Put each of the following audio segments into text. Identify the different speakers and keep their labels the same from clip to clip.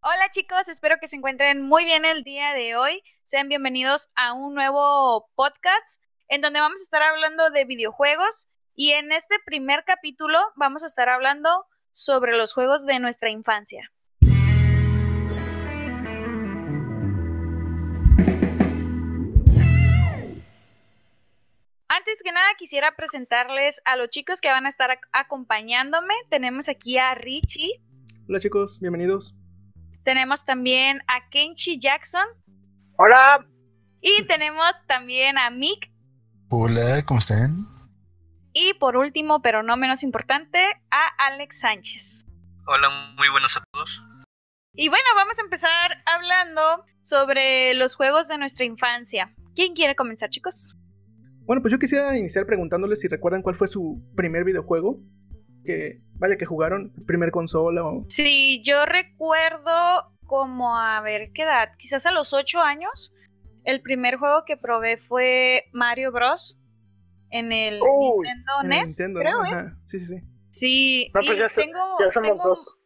Speaker 1: Hola chicos, espero que se encuentren muy bien el día de hoy. Sean bienvenidos a un nuevo podcast en donde vamos a estar hablando de videojuegos y en este primer capítulo vamos a estar hablando sobre los juegos de nuestra infancia. Antes que nada quisiera presentarles a los chicos que van a estar ac- acompañándome. Tenemos aquí a Richie,
Speaker 2: Hola chicos, bienvenidos.
Speaker 1: tenemos también a Kenchi Jackson
Speaker 3: Hola,
Speaker 1: y tenemos también a Mick
Speaker 4: Hola, ¿cómo están?
Speaker 1: Y por último, pero no menos importante, a Alex Sánchez.
Speaker 5: Hola, muy buenas a todos.
Speaker 1: Y bueno, vamos a empezar hablando sobre los juegos de nuestra infancia. ¿Quién quiere comenzar, chicos?
Speaker 2: Bueno, pues yo quisiera iniciar preguntándoles si recuerdan cuál fue su primer videojuego que vaya que jugaron, primer consola o
Speaker 1: Sí, yo recuerdo como a ver qué edad, quizás a los 8 años, el primer juego que probé fue Mario Bros. en el
Speaker 3: Uy,
Speaker 1: Nintendo
Speaker 2: en el
Speaker 1: NES,
Speaker 2: Nintendo,
Speaker 1: creo,
Speaker 2: ¿no?
Speaker 1: ¿eh?
Speaker 2: Ajá, Sí, sí, sí.
Speaker 1: Sí,
Speaker 3: No,
Speaker 1: y
Speaker 3: pues ya so-
Speaker 1: tengo,
Speaker 3: ya somos
Speaker 1: tengo-
Speaker 3: dos.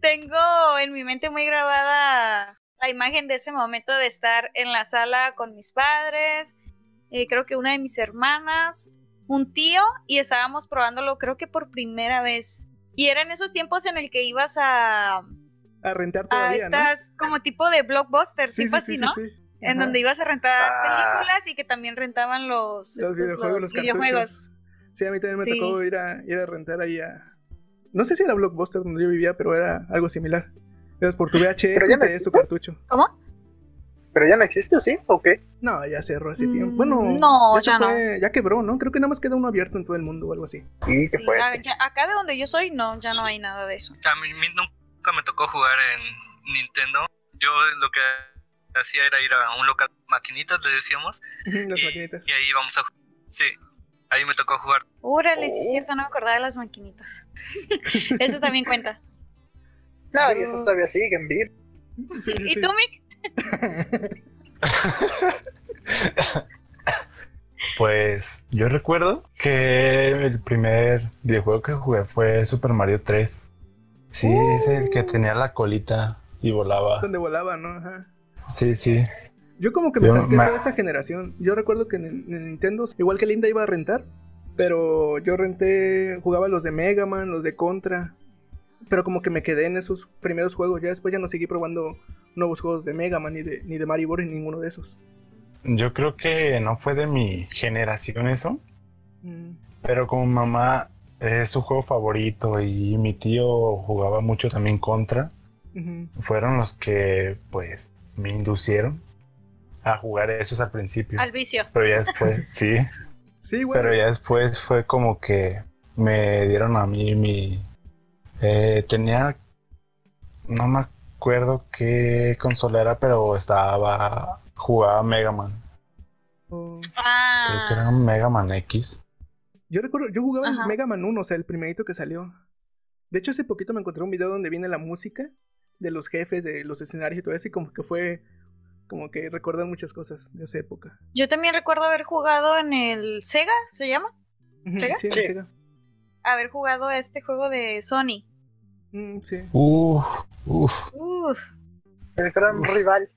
Speaker 1: tengo en mi mente muy grabada la imagen de ese momento de estar en la sala con mis padres, eh, creo que una de mis hermanas, un tío, y estábamos probándolo creo que por primera vez. Y eran esos tiempos en el que ibas a, a
Speaker 2: A rentar todavía, ¿no?
Speaker 1: estas como tipo de blockbusters, Ah, tipo así, ¿no? En
Speaker 2: Ajá.
Speaker 1: donde ibas a rentar
Speaker 3: Ah.
Speaker 1: películas y que también rentaban los,
Speaker 2: Los
Speaker 1: estos,
Speaker 2: videojuegos,
Speaker 1: los
Speaker 2: los
Speaker 1: videojuegos.
Speaker 2: Sí, a mí también me
Speaker 1: Sí.
Speaker 2: tocó ir a, ir a rentar ahí a... No sé si era Blockbuster donde yo vivía, pero era algo similar. Eras por tu VHS
Speaker 3: Pero
Speaker 2: y
Speaker 3: ya no
Speaker 2: traías tu cartucho.
Speaker 1: ¿Cómo?
Speaker 3: pero ya no existe, ¿sí? ¿O qué?
Speaker 2: No, ya cerró hace
Speaker 1: Mm,
Speaker 2: tiempo. Bueno,
Speaker 1: no,
Speaker 2: se
Speaker 1: ya no.
Speaker 2: fue- ya quebró, ¿no? Creo que nada más queda uno abierto en todo el mundo o algo así.
Speaker 3: Sí, qué
Speaker 1: Sí,
Speaker 3: fue.
Speaker 1: ah, ya- acá de donde yo soy, no, ya no hay nada de eso.
Speaker 5: A mí mí nunca me tocó jugar en Nintendo. Yo lo que hacía era ir a un local maquinitas, le decíamos,
Speaker 2: Las
Speaker 5: y,
Speaker 2: maquinitas.
Speaker 5: y ahí íbamos a jugar. Sí, ahí me tocó jugar.
Speaker 1: Órale, sí es
Speaker 3: Oh.
Speaker 1: cierto, no me acordaba de las maquinitas. Eso también cuenta.
Speaker 3: No, y esas todavía siguen vivas.
Speaker 2: Sí, sí,
Speaker 1: ¿Y
Speaker 2: sí.
Speaker 1: tú, Mick?
Speaker 4: Pues yo recuerdo que el primer videojuego que jugué fue Super Mario 3. Sí, es el que tenía la colita y volaba.
Speaker 2: Donde volaba, ¿no? Ajá.
Speaker 4: Sí, sí.
Speaker 2: Yo como que me
Speaker 4: Yo
Speaker 2: salté
Speaker 4: me-
Speaker 2: toda esa generación. Yo recuerdo que en, en Nintendo, igual que Linda iba a rentar, pero yo renté, jugaba los de Mega Man, los de Contra, pero como que me quedé en esos primeros juegos. Ya después ya no seguí probando nuevos juegos de Mega Man ni de, ni de Mario Bros, ni ninguno de esos.
Speaker 4: Yo creo que no fue de mi generación eso,
Speaker 2: Mm.
Speaker 4: pero como mamá es su juego favorito y mi tío jugaba mucho también contra,
Speaker 2: Ujú.
Speaker 4: fueron los que pues me inducieron a jugar esos al principio.
Speaker 1: Al vicio.
Speaker 4: Pero ya después, sí.
Speaker 2: Sí, bueno.
Speaker 4: Pero ya después fue como que me dieron a mí mi... eh, tenía... No me acuerdo qué consola era, pero estaba... Jugaba Mega Man.
Speaker 2: Oh.
Speaker 4: Creo que
Speaker 1: Ah,
Speaker 4: era un Mega Man X.
Speaker 2: Yo recuerdo, yo jugaba en
Speaker 1: Ajá.
Speaker 2: Mega Man 1, o sea, el primerito que salió. De hecho, hace poquito me encontré un video donde viene la música de los jefes, de los escenarios y todo eso, y como que fue, como que recordar muchas cosas de esa época.
Speaker 1: yo también recuerdo haber jugado en el Sega, ¿se llama?
Speaker 2: Ujú,
Speaker 1: ¿Sega?
Speaker 2: Sí,
Speaker 3: Sí.
Speaker 2: Sega.
Speaker 1: Haber jugado este juego de Sony.
Speaker 2: Mm, sí.
Speaker 4: Uf, uf.
Speaker 1: Uf,
Speaker 3: El gran rival.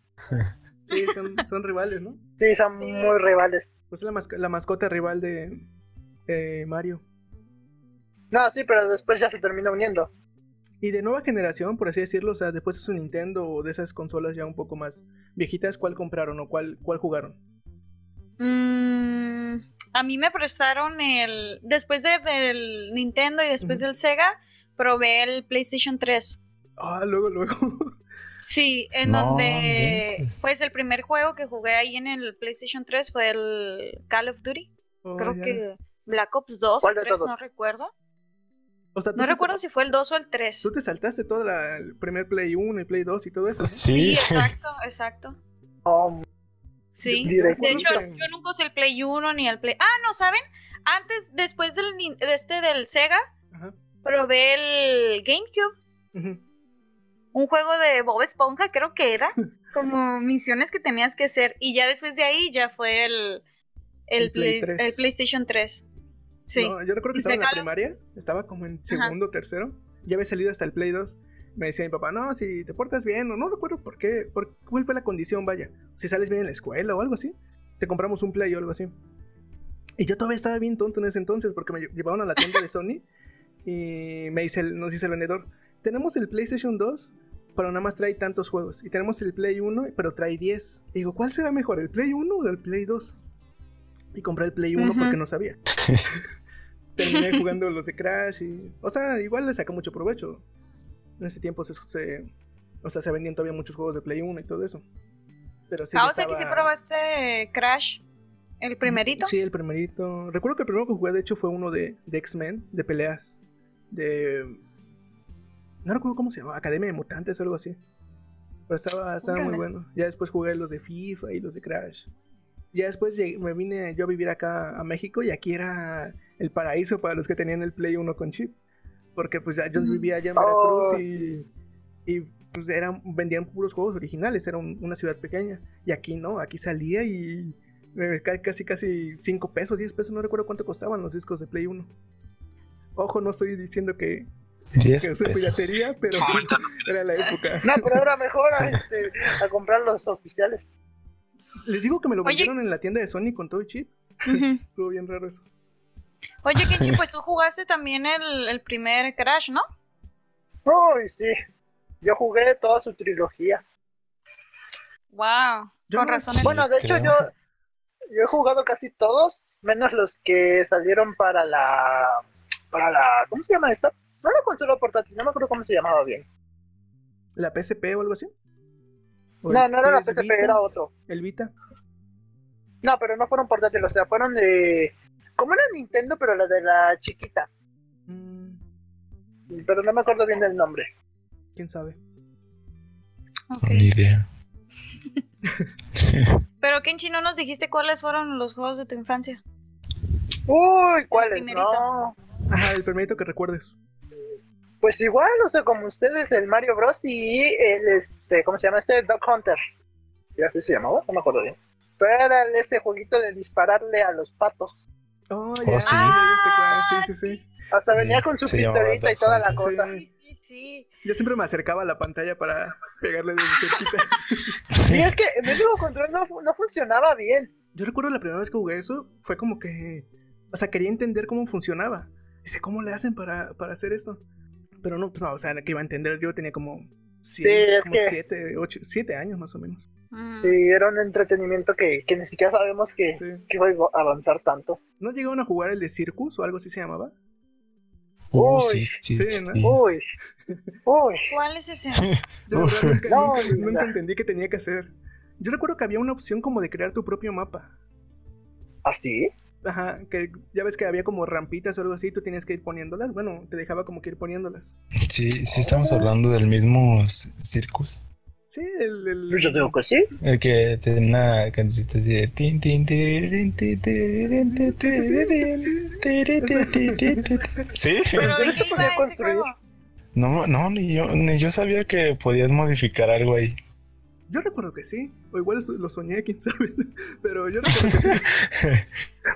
Speaker 2: Sí, son, son rivales, ¿no?
Speaker 3: Sí, son muy rivales.
Speaker 2: Pues la, masc- la mascota rival de eh, Mario.
Speaker 3: No, sí, pero después ya se termina uniendo.
Speaker 2: Y de nueva generación, por así decirlo, o sea, después de su Nintendo o de esas consolas ya un poco más viejitas, ¿cuál compraron o cuál, cuál jugaron?
Speaker 1: mm, a mí me prestaron el... Después de- del Nintendo y después
Speaker 2: Ujú.
Speaker 1: del Sega, probé el PlayStation 3.
Speaker 2: Ah, luego, luego.
Speaker 1: Sí, en
Speaker 4: No,
Speaker 1: donde...
Speaker 4: bien.
Speaker 1: Pues el primer juego que jugué ahí en el PlayStation 3 fue el Call of Duty.
Speaker 2: Oh,
Speaker 1: creo
Speaker 2: ya.
Speaker 1: que Black Ops 2 o
Speaker 3: ¿Cuál de
Speaker 1: 3, no
Speaker 3: todos?
Speaker 1: recuerdo.
Speaker 2: O sea, ¿tú
Speaker 1: No
Speaker 2: te-
Speaker 1: recuerdo si fue el 2 o el 3.
Speaker 2: Tú te saltaste todo el primer Play 1 y Play 2 y todo eso. ¿no?
Speaker 1: Sí,
Speaker 4: Sí.
Speaker 1: exacto, exacto.
Speaker 3: Oh,
Speaker 1: Sí.
Speaker 3: Yo- yo
Speaker 1: De
Speaker 3: recuerdo
Speaker 1: hecho,
Speaker 2: que-
Speaker 1: yo nunca usé el Play 1 ni el Play. Ah, no, ¿saben? Antes, después del nin- de este del Sega,
Speaker 2: Ajá.
Speaker 1: probé el GameCube.
Speaker 2: Ujú.
Speaker 1: Un juego de Bob Esponja, creo que era. Como misiones que tenías que hacer. Y ya después de ahí ya fue el, el,
Speaker 2: El Play
Speaker 1: Play-
Speaker 2: 3.
Speaker 1: el PlayStation 3. Sí.
Speaker 2: No, yo recuerdo que
Speaker 1: Y
Speaker 2: estaba en la
Speaker 1: regalo-
Speaker 2: primaria, estaba como en
Speaker 1: Ajá.
Speaker 2: segundo, tercero. Ya había salido hasta el Play 2. me decía mi papá, no, si te portas bien, o no recuerdo por qué, por cuál fue la condición, vaya, si sales bien en la escuela o algo así, te compramos un play o algo así. Y yo todavía estaba bien tonto en ese entonces porque me lle- llevaron a la tienda de Sony y me dice, el- nos dice el vendedor, tenemos el PlayStation 2, pero nada más trae tantos juegos. Y tenemos el Play 1, pero trae 10. Y digo, ¿cuál será mejor, el Play 1 o el Play 2? Y compré el Play 1
Speaker 1: Ujú.
Speaker 2: porque no sabía. Terminé jugando los de Crash y... O sea, igual le saca mucho provecho. En ese tiempo se, se- o sea, se vendían todavía muchos juegos de Play 1 y todo eso. Pero sí
Speaker 1: ah,
Speaker 2: yo
Speaker 1: o sea que sí
Speaker 2: estaba-
Speaker 1: probaste Crash, el primerito.
Speaker 2: Sí, el primerito. Recuerdo que el primero que jugué, de hecho, fue uno de, de X-Men, de peleas. De. No recuerdo cómo se llamaba, Academia de Mutantes o algo así. Pero estaba, estaba muy
Speaker 1: Órale.
Speaker 2: bueno. Ya después jugué los de FIFA y los de Crash. Ya después llegué- me vine yo a vivir acá a México y aquí era el paraíso para los que tenían el Play 1 con chip. Porque pues ya yo
Speaker 1: Ujú.
Speaker 2: vivía allá en
Speaker 3: Oh,
Speaker 2: Veracruz y, y, pues eran, vendían puros juegos originales, era un- una ciudad pequeña. Y aquí no, aquí salía y eh, ca- casi casi 5 pesos, 10 pesos, no recuerdo cuánto costaban los discos de Play 1. Ojo, no estoy diciendo que,
Speaker 4: 10
Speaker 2: que use
Speaker 4: pesos.
Speaker 2: piratería, pero
Speaker 5: Momento.
Speaker 2: era la época.
Speaker 3: No, pero ahora mejor a, este, a comprar los oficiales.
Speaker 2: Les digo que me lo
Speaker 1: Oye.
Speaker 2: vendieron en la tienda de Sony con todo el chip.
Speaker 1: Ujú.
Speaker 2: Estuvo bien raro eso.
Speaker 1: Oye, Kenchi, pues tú jugaste también el, el primer Crash, ¿no?
Speaker 3: Uy, sí. Yo jugué toda su trilogía.
Speaker 1: Wow,
Speaker 2: Yo
Speaker 1: con
Speaker 2: no-
Speaker 1: razón. el-
Speaker 3: Bueno, de hecho,
Speaker 4: creo.
Speaker 3: yo, yo he jugado casi todos, menos los que salieron para la. para la ¿Cómo se llama esta? No la consola portátil, no me acuerdo cómo se llamaba bien.
Speaker 2: ¿La PSP o algo así? ¿O
Speaker 3: No,
Speaker 2: el
Speaker 3: no era la
Speaker 2: PS
Speaker 3: PSP,
Speaker 2: Vita?
Speaker 3: era otro.
Speaker 2: ¿El Vita?
Speaker 3: No, pero no fueron portátiles, o sea, fueron de. Como era Nintendo, pero la de la chiquita.
Speaker 2: Mm,
Speaker 3: Pero no me acuerdo bien del nombre.
Speaker 2: ¿Quién sabe?
Speaker 1: ok.
Speaker 4: Ni idea.
Speaker 1: Pero Kenchi, ¿no nos dijiste cuáles fueron los juegos de tu infancia?
Speaker 3: Uy, ¿cuál es?
Speaker 1: primerito.
Speaker 3: No.
Speaker 2: Ajá, el primerito que recuerdes.
Speaker 3: Pues igual, o sea, como ustedes, el Mario Bros. y el, este, ¿cómo se llama? Este Dog Hunter. Ya sé si se llamaba, no me acuerdo bien. Pero era el- ese jueguito de dispararle a los patos.
Speaker 2: Oh,
Speaker 4: Oh,
Speaker 2: ya,
Speaker 4: sí.
Speaker 2: ya, ya sé cuál. Sí, sí, Ah, sí.
Speaker 3: Hasta
Speaker 4: Sí,
Speaker 3: venía con su
Speaker 4: se llamaba
Speaker 3: pistolita y
Speaker 4: Duck
Speaker 3: toda la
Speaker 4: Hunter,
Speaker 3: cosa.
Speaker 2: Sí.
Speaker 1: Sí, sí.
Speaker 2: Yo siempre me acercaba a la pantalla para pegarle desde cerquita.
Speaker 3: Sí, es que el mismo control no, fu- no funcionaba bien.
Speaker 2: Yo recuerdo la primera vez que jugué eso, fue como que. O sea, quería entender cómo funcionaba. Dice, ¿cómo le hacen para, para hacer esto? Pero no, pues no, o sea, que iba a entender. Yo tenía como.
Speaker 3: Sí,
Speaker 2: Siete,
Speaker 3: es que-
Speaker 2: 7, 8, 7 años más o menos.
Speaker 1: Mm.
Speaker 3: Sí, era un entretenimiento que, que ni siquiera sabemos que,
Speaker 2: Sí.
Speaker 3: que iba a avanzar tanto.
Speaker 2: ¿No llegaron a jugar el de Circus o algo así se llamaba?
Speaker 4: Uh,
Speaker 3: Uy,
Speaker 4: sí, sí,
Speaker 2: sí, ¿no?
Speaker 4: sí.
Speaker 3: Uy, uy.
Speaker 1: ¿Cuál es ese?
Speaker 2: Yo la verdad nunca,
Speaker 3: No,
Speaker 2: nunca-
Speaker 3: ni
Speaker 2: nunca
Speaker 3: idea.
Speaker 2: entendí qué tenía que hacer. Yo recuerdo que había una opción como de crear tu propio mapa.
Speaker 3: ¿Así?
Speaker 2: Ajá, que ya ves que había como rampitas o algo así, tú tienes que ir poniéndolas. Bueno, te dejaba como que ir poniéndolas.
Speaker 4: Sí, sí estamos hablando del mismo c- circus.
Speaker 2: Sí, el. el-
Speaker 3: Pues Yo digo que sí.
Speaker 4: El que tiene una cancioncita así de tin tin tirirín, ti, tirirín, ti,
Speaker 2: Sí, sí, sí, sí, sí, sí.
Speaker 4: tirirín, ti, ti, ti, ti, ti. Sí,
Speaker 1: ¿Pero de
Speaker 3: ¿Quién se
Speaker 1: qué
Speaker 3: podía
Speaker 1: iba ese
Speaker 3: construir?
Speaker 1: juego?
Speaker 4: no, no, ni yo, ni yo sabía que podías modificar algo ahí.
Speaker 2: Yo recuerdo que sí, o igual eso lo soñé, quién sabe. Pero yo recuerdo que sí.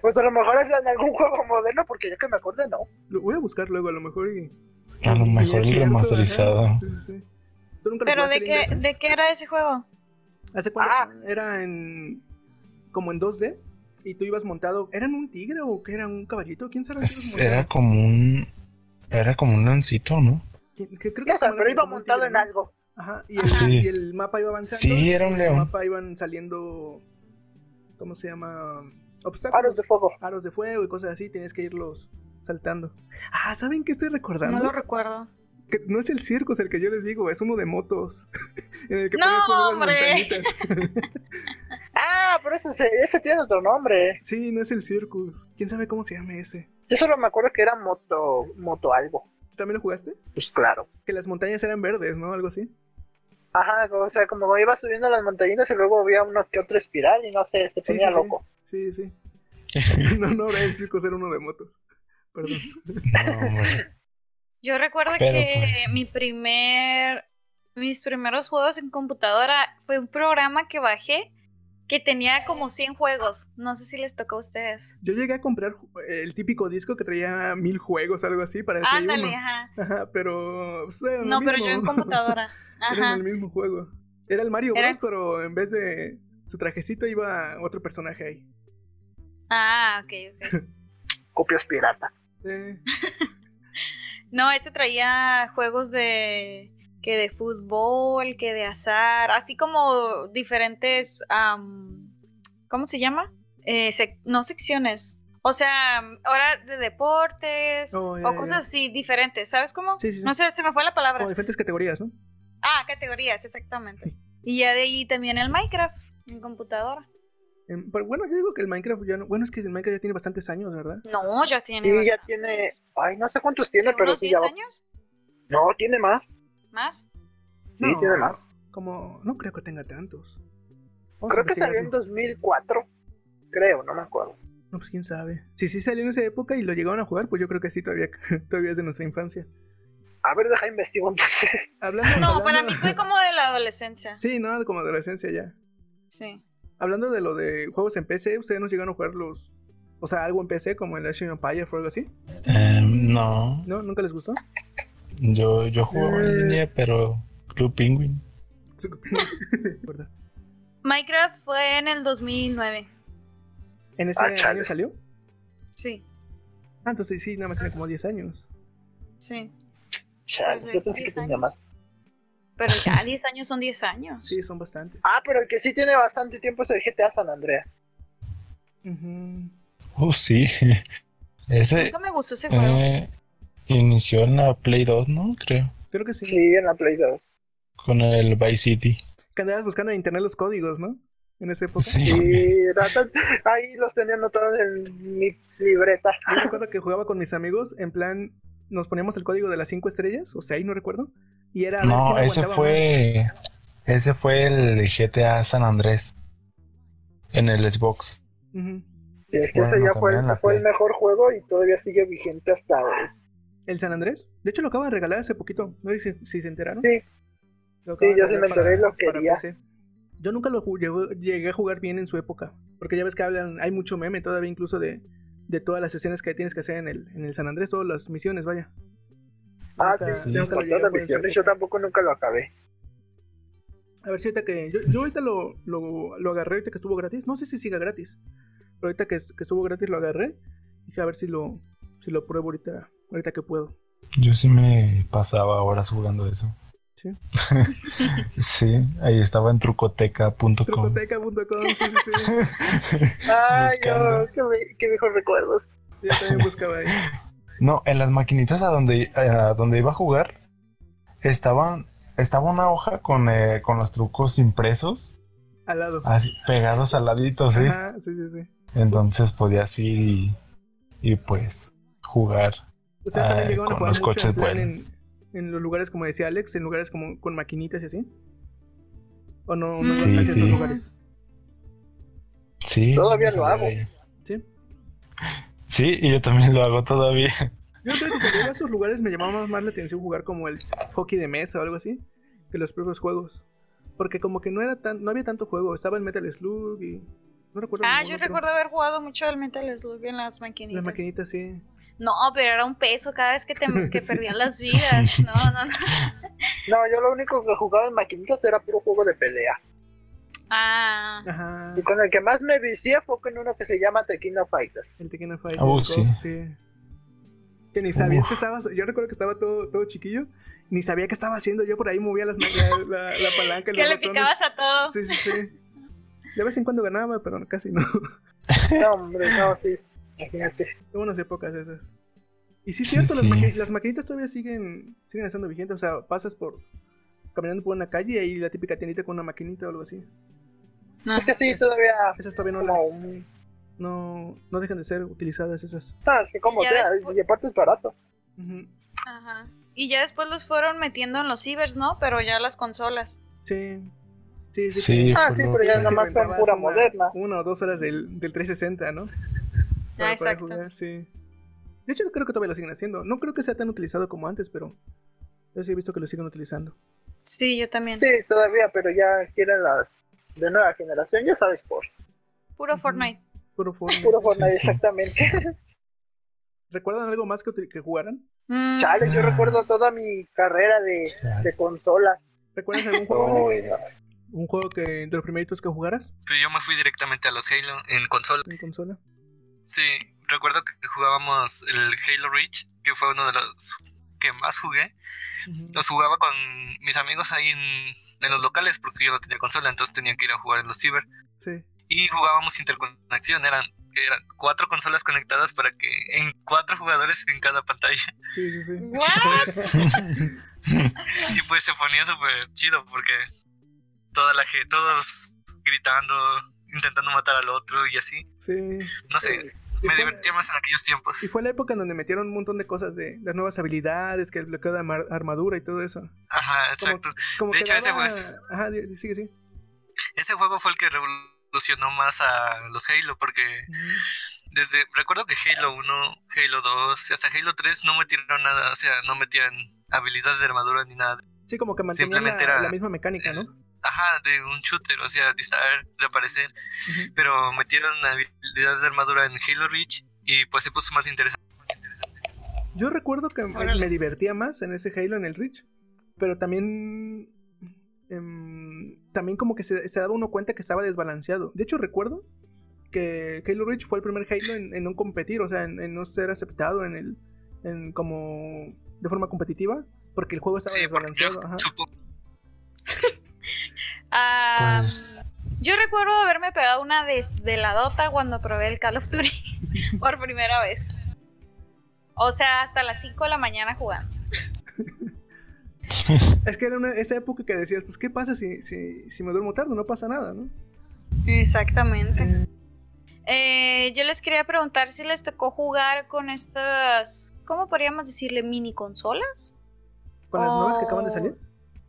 Speaker 3: Pues a lo mejor es en algún juego moderno, porque yo que me acuerdo, no.
Speaker 2: Lo voy a buscar luego, a lo mejor. Y,
Speaker 4: A lo
Speaker 2: y
Speaker 4: mejor
Speaker 2: es
Speaker 4: el
Speaker 2: cierto,
Speaker 4: remasterizado.
Speaker 2: ajá, Sí, sí. ¿Tú nunca lo
Speaker 1: ¿Pero
Speaker 2: jugaste,
Speaker 1: de qué,
Speaker 2: Linda?
Speaker 1: de qué era ese juego?
Speaker 2: ¿Hace cuánto?
Speaker 3: Ah.
Speaker 2: Era en. como en 2D. Y tú ibas montado. ¿Eran un tigre o qué era un caballito? ¿Quién sabe? si ibas
Speaker 4: Era
Speaker 2: montado?
Speaker 4: como un. Era como un lancito, ¿no?
Speaker 2: ¿Quién- que- creo que
Speaker 3: Ya sabes,
Speaker 2: como
Speaker 3: pero
Speaker 2: era
Speaker 3: iba
Speaker 2: como un
Speaker 3: montado
Speaker 2: tigre,
Speaker 3: en
Speaker 2: ¿no?
Speaker 3: algo.
Speaker 2: Ajá, y el,
Speaker 1: Ajá.
Speaker 4: Sí.
Speaker 2: y el mapa iba avanzando.
Speaker 4: Sí, era un
Speaker 2: y
Speaker 4: león.
Speaker 2: En el mapa iban saliendo. ¿Cómo se llama? Obstáculos.
Speaker 3: Aros de fuego.
Speaker 2: Aros de fuego y cosas así. Tienes que irlos saltando. Ah, ¿saben qué estoy recordando?
Speaker 1: No lo recuerdo.
Speaker 2: Que no es el circo, es el que yo les digo, es uno de motos. en el que
Speaker 1: ¡No,
Speaker 2: pones como unas
Speaker 1: hombre!
Speaker 2: montañitas.
Speaker 3: Ah, pero ese, se- ese tiene otro nombre.
Speaker 2: sí, no es el circo. ¿Quién sabe cómo se llama ese?
Speaker 3: Yo solo me acuerdo que era moto, moto algo.
Speaker 2: ¿Tú también lo jugaste?
Speaker 3: Pues claro.
Speaker 2: Que las montañas eran verdes, ¿no? Algo así.
Speaker 3: Ajá, o sea, como iba subiendo las montañitas y luego había uno que otro espiral y no sé, se
Speaker 2: Sí,
Speaker 3: ponía
Speaker 2: sí, sí.
Speaker 3: loco.
Speaker 2: Sí, sí. no, no, era el circo, era uno de motos. Perdón.
Speaker 4: No, hombre.
Speaker 1: Yo recuerdo
Speaker 4: Pero,
Speaker 1: que
Speaker 4: pues.
Speaker 1: mi primer, mis primeros juegos en computadora fue un programa que bajé que tenía como 100 juegos. No sé si les tocó a ustedes.
Speaker 2: Yo llegué a comprar ju- el típico disco que traía mil juegos, algo así, para el Play uno.
Speaker 1: Ándale, ajá.
Speaker 2: Ajá, pero. pues, era lo
Speaker 1: No, pero
Speaker 2: mismo.
Speaker 1: yo en computadora.
Speaker 2: Era
Speaker 1: Ajá.
Speaker 2: el mismo juego. Era el Mario
Speaker 1: Era-
Speaker 2: Bros, pero en vez de su trajecito iba otro personaje ahí.
Speaker 1: Ah, ok, ok.
Speaker 3: Copias pirata.
Speaker 2: Eh,
Speaker 1: No, este traía juegos de que de fútbol, que de azar, así como diferentes, am, ¿cómo se llama? Eh, sec- no secciones. O sea, ahora de deportes
Speaker 2: Oh, ya,
Speaker 1: o
Speaker 2: ya,
Speaker 1: cosas
Speaker 2: ya.
Speaker 1: así diferentes, ¿sabes cómo?
Speaker 2: Sí, sí, sí.
Speaker 1: No sé, se me fue la palabra.
Speaker 2: Como diferentes categorías, ¿no?
Speaker 1: Ah, categorías, exactamente. Y ya de ahí también el Minecraft en computadora.
Speaker 2: Em, pero bueno, yo digo que el Minecraft ya no. Bueno, es que el Minecraft ya tiene bastantes años, ¿verdad?
Speaker 1: No, ya tiene.
Speaker 3: Sí, ya
Speaker 1: bastante.
Speaker 3: tiene. Ay, no sé cuántos tiene, pero
Speaker 1: ¿Unos
Speaker 3: sí
Speaker 1: 10
Speaker 3: ya.
Speaker 1: años
Speaker 3: No, tiene más.
Speaker 1: más?
Speaker 3: Sí,
Speaker 2: No.
Speaker 3: tiene más.
Speaker 2: Como. No creo que tenga tantos. Vamos a
Speaker 3: Creo que salió en
Speaker 2: investigarlo.
Speaker 3: 2004. Creo, no me acuerdo.
Speaker 2: No, pues quién sabe. Si sí salió en esa época y lo llegaron a jugar, pues yo creo que sí, todavía, todavía es de nuestra infancia.
Speaker 3: A ver, deja investigo entonces.
Speaker 2: Hablando,
Speaker 1: No,
Speaker 2: hablando-
Speaker 1: para mí fue como de la adolescencia.
Speaker 2: Sí, no, como adolescencia ya.
Speaker 1: Sí.
Speaker 2: Hablando de lo de juegos en PC, ¿ustedes no llegaron a jugar los. O sea, algo en PC como el Action Empire o algo así?
Speaker 4: Em, no,
Speaker 2: ¿No? ¿Nunca les gustó?
Speaker 4: yo, yo juego
Speaker 2: Eh.
Speaker 4: en línea, pero Club Penguin.
Speaker 2: ¿Verdad?
Speaker 1: Minecraft fue en el 2009.
Speaker 2: ¿En ese
Speaker 3: Ah,
Speaker 2: año
Speaker 3: chales.
Speaker 2: salió?
Speaker 1: Sí,
Speaker 2: Ah, entonces sí, nada más tiene como 10 años.
Speaker 1: sí.
Speaker 3: Chales,
Speaker 1: Pues,
Speaker 3: yo pensé que
Speaker 1: diez
Speaker 3: tenía
Speaker 1: años.
Speaker 3: más.
Speaker 1: Pero ya 10 años son 10 años.
Speaker 2: Sí, son bastantes.
Speaker 3: Ah, pero el que sí tiene bastante tiempo es el GTA San Andreas.
Speaker 2: Ujú.
Speaker 4: Oh, sí. Ese
Speaker 1: Nunca me gustó ese juego.
Speaker 4: eh, inició en la Play 2, ¿no? Creo.
Speaker 2: Creo que sí.
Speaker 3: Sí, en la Play 2.
Speaker 4: Con el Vice City.
Speaker 2: Que andabas buscando en internet los códigos, ¿no? En esa época.
Speaker 4: Sí.
Speaker 3: Y era tan- ahí los tenían todos en mi libreta.
Speaker 2: Yo recuerdo que jugaba con mis amigos, en plan, nos poníamos el código de las 5 estrellas, o 6, no recuerdo. Y era. a ver
Speaker 4: No,
Speaker 2: quién
Speaker 4: ese
Speaker 2: aguantaba
Speaker 4: fue. Ese fue el GTA San Andrés. En el Xbox.
Speaker 2: más. Ujú.
Speaker 3: Y es que
Speaker 4: Bueno,
Speaker 3: ese ya fue,
Speaker 4: también la
Speaker 3: fue el
Speaker 4: Play.
Speaker 3: mejor juego y todavía sigue vigente hasta hoy.
Speaker 2: ¿El San Andrés? De hecho, lo acaban de regalar hace poquito. No sé si, si se enteraron.
Speaker 3: Sí,
Speaker 2: Lo
Speaker 3: Sí,
Speaker 2: acaban
Speaker 3: yo
Speaker 2: de
Speaker 3: sí me
Speaker 2: regalar para-
Speaker 3: enteré, lo
Speaker 2: para
Speaker 3: quería.
Speaker 2: PC. Yo nunca lo ju- llevo- llegué a jugar bien en su época. Porque ya ves que hablan, hay mucho meme todavía incluso de, de todas las escenas que tienes que hacer en el, en el San Andrés, todas las misiones, vaya.
Speaker 3: Ah,
Speaker 2: Nunca-
Speaker 3: sí,
Speaker 4: sí,
Speaker 3: sí,
Speaker 2: nunca lo
Speaker 3: con
Speaker 2: llegué a
Speaker 3: todas las
Speaker 2: jugar en su
Speaker 3: misiones. Yo
Speaker 2: época.
Speaker 3: tampoco nunca lo acabé.
Speaker 2: A ver si ahorita que. Yo, yo ahorita lo, lo, lo agarré, ahorita que estuvo gratis. No sé si siga gratis. Pero ahorita que, es- que estuvo gratis lo agarré. Dije a ver si lo, si lo pruebo ahorita, ahorita que puedo.
Speaker 4: Yo sí me pasaba horas jugando eso.
Speaker 2: Sí.
Speaker 4: sí, ahí estaba en trucoteca.com.
Speaker 2: Trucoteca.com, sí, sí, sí.
Speaker 3: Ay,
Speaker 4: Buscando.
Speaker 3: yo, qué, me- qué viejos recuerdos.
Speaker 2: Yo también buscaba ahí.
Speaker 4: No, en las maquinitas a donde, a donde iba a jugar, estaban, estaba una hoja con, eh, con los trucos impresos,
Speaker 2: Al lado.
Speaker 4: así, pegados al ladito, Ah, sí.
Speaker 2: Ajá, sí, sí, sí.
Speaker 4: Entonces podías ir y, y, pues jugar.
Speaker 2: Ustedes también
Speaker 4: Ay,
Speaker 2: llegaban a
Speaker 4: Ah, con
Speaker 2: jugar
Speaker 4: los
Speaker 2: mucho en,
Speaker 4: coches
Speaker 2: plan
Speaker 4: vuelan.
Speaker 2: en, en los lugares, como decía Alex, en lugares como con maquinitas y así. ¿O no, no
Speaker 1: Sí,
Speaker 2: iban casi a esos
Speaker 4: sí.
Speaker 2: lugares?
Speaker 4: Sí.
Speaker 3: Todavía lo hago.
Speaker 2: Sí.
Speaker 4: Sí, y yo también lo hago todavía.
Speaker 2: Yo creo que cuando iba a esos lugares me llamaba más la atención jugar como el hockey de mesa o algo así que los propios juegos. Porque como que no era tan, no había tanto juego, estaba el Metal Slug y no recuerdo.
Speaker 1: Ah,
Speaker 2: ningún
Speaker 1: yo
Speaker 2: otro.
Speaker 1: recuerdo haber jugado mucho al Metal Slug en las
Speaker 2: Las
Speaker 1: maquinitas.
Speaker 2: maquinitas, sí.
Speaker 1: No, pero era un peso cada vez que, te, que
Speaker 2: Sí.
Speaker 1: perdían las vidas. No, no, no.
Speaker 3: No, yo lo único que jugaba en maquinitas era puro juego de pelea.
Speaker 1: Ah,
Speaker 2: Ajá.
Speaker 3: Y con el que más me vicié fue con uno que se llama Tequila Fighter.
Speaker 2: El Tekken Fighter.
Speaker 4: Oh,
Speaker 2: el
Speaker 4: sí.
Speaker 2: CoD, Que ni sabías que estabas. Yo recuerdo que estaba todo, todo chiquillo. Ni sabía qué estaba haciendo. Yo por ahí movía las, ma- la, la- la palanca. y
Speaker 1: que
Speaker 2: los
Speaker 1: le
Speaker 2: botones.
Speaker 1: picabas a todo.
Speaker 2: Sí, sí, sí. De vez en cuando ganaba, pero casi no.
Speaker 3: No, hombre, no, sí. Imagínate.
Speaker 2: Qué buenas épocas esas. Y sí, es
Speaker 4: Sí,
Speaker 2: cierto, las,
Speaker 4: sí.
Speaker 2: maquinitas, las maquinitas todavía siguen, siguen estando vigentes. O sea, pasas por. caminando por una calle y ahí la típica tiendita con una maquinita o algo así.
Speaker 1: No.
Speaker 3: Es que sí, todavía
Speaker 2: Esas todavía no
Speaker 3: como
Speaker 2: las.
Speaker 3: un...
Speaker 2: No, no dejan de ser utilizadas esas.
Speaker 3: Ah, que como
Speaker 1: Ya
Speaker 3: sea,
Speaker 1: después-
Speaker 3: y aparte es barato.
Speaker 2: Ujú.
Speaker 1: Ajá. Y ya después los fueron metiendo en los cibers, ¿no? Pero ya las consolas.
Speaker 2: Sí. Sí, sí.
Speaker 4: Sí,
Speaker 2: que-
Speaker 4: yo
Speaker 3: Ah,
Speaker 4: fui
Speaker 3: sí,
Speaker 4: lo
Speaker 3: pero ya
Speaker 4: que-
Speaker 2: nomás
Speaker 3: nomás son pura moderna.
Speaker 2: Una o dos horas del, del 360, ¿no?
Speaker 1: Ah,
Speaker 2: Para poder
Speaker 1: exacto.
Speaker 2: jugar, sí. De hecho, creo que todavía lo siguen haciendo. No creo que sea tan utilizado como antes, pero yo sí he visto que lo siguen utilizando.
Speaker 1: Sí, yo también.
Speaker 3: Sí, todavía, pero ya quieren las de nueva generación, ya sabes por.
Speaker 1: Puro
Speaker 2: Ujú.
Speaker 1: Fortnite.
Speaker 2: Puro Fortnite.
Speaker 3: Puro Fortnite,
Speaker 4: sí.
Speaker 3: exactamente.
Speaker 2: ¿Recuerdan algo más que, util- que jugaran?
Speaker 1: Mm,
Speaker 3: Chale, yo recuerdo toda mi carrera de, de consolas.
Speaker 2: ¿Recuerdan algún juego,
Speaker 3: Uy, no.
Speaker 2: un juego que de los primeritos que jugaras
Speaker 5: Pero yo me fui directamente a los Halo en consola.
Speaker 2: en consola?
Speaker 5: Sí, recuerdo que jugábamos el Halo Reach, que fue uno de los que más jugué. Los jugaba con mis amigos ahí en, en los locales porque yo no tenía consola, entonces tenía que ir a jugar en los ciber.
Speaker 2: Sí.
Speaker 5: Y jugábamos interconexión, eran, eran cuatro consolas conectadas para que en cuatro jugadores en cada pantalla. Pues,
Speaker 2: Sí, sí, sí.
Speaker 1: Mm, ¿What?
Speaker 5: Y pues se ponía súper chido porque toda la gente, todos gritando, intentando matar al otro y así.
Speaker 2: Sí.
Speaker 5: No sé,
Speaker 2: Y
Speaker 5: me
Speaker 2: Eh, fue-
Speaker 5: divertía más en aquellos
Speaker 2: Y
Speaker 5: tiempos.
Speaker 2: fue la época en donde metieron un montón de cosas de las nuevas habilidades, que el bloqueo de amar- armadura y todo eso.
Speaker 5: Ajá, exacto.
Speaker 2: Como
Speaker 5: De
Speaker 2: que
Speaker 5: hecho, ese
Speaker 2: daba-
Speaker 5: juez-
Speaker 2: Ajá, di- di- sigue, sigue.
Speaker 5: Ese juego fue el que revolucionó más a los Halo porque desde recuerdo que Halo 1, Halo 2, hasta Halo 3 no metieron nada, o sea, no metían habilidades de armadura ni nada.
Speaker 2: Sí, como que mantenían la,
Speaker 5: Simplemente era-
Speaker 2: la misma mecánica, ¿no?
Speaker 5: Ajá, de un shooter, o sea, disparar, reaparecer,
Speaker 2: Ujú.
Speaker 5: pero metieron habilidades de armadura en Halo Reach y pues se puso más interesante.
Speaker 2: Yo recuerdo que me-
Speaker 1: Órale.
Speaker 2: me divertía más en ese Halo en el Reach, pero también em, también como que se, se daba uno cuenta que estaba desbalanceado. De hecho recuerdo que Halo Reach fue el primer Halo en, en no competir, o sea, en, en no ser aceptado en el en como de forma competitiva, porque el juego estaba
Speaker 5: Sí, porque yo
Speaker 2: desbalanceado. ajá.
Speaker 5: supongo
Speaker 1: Ah,
Speaker 4: Pues-
Speaker 1: Yo recuerdo haberme pegado una desveladota cuando probé el Call of Duty por primera vez. O sea, hasta las 5 de la mañana jugando.
Speaker 2: Es que era una- esa época que decías, pues qué pasa si, si, si me duermo tarde, no pasa nada, ¿no?
Speaker 1: Exactamente. Eh, yo les quería preguntar si les tocó jugar con estas, ¿cómo podríamos decirle? Mini consolas.
Speaker 2: Con las nuevas que acaban de
Speaker 1: Oh.
Speaker 2: salir.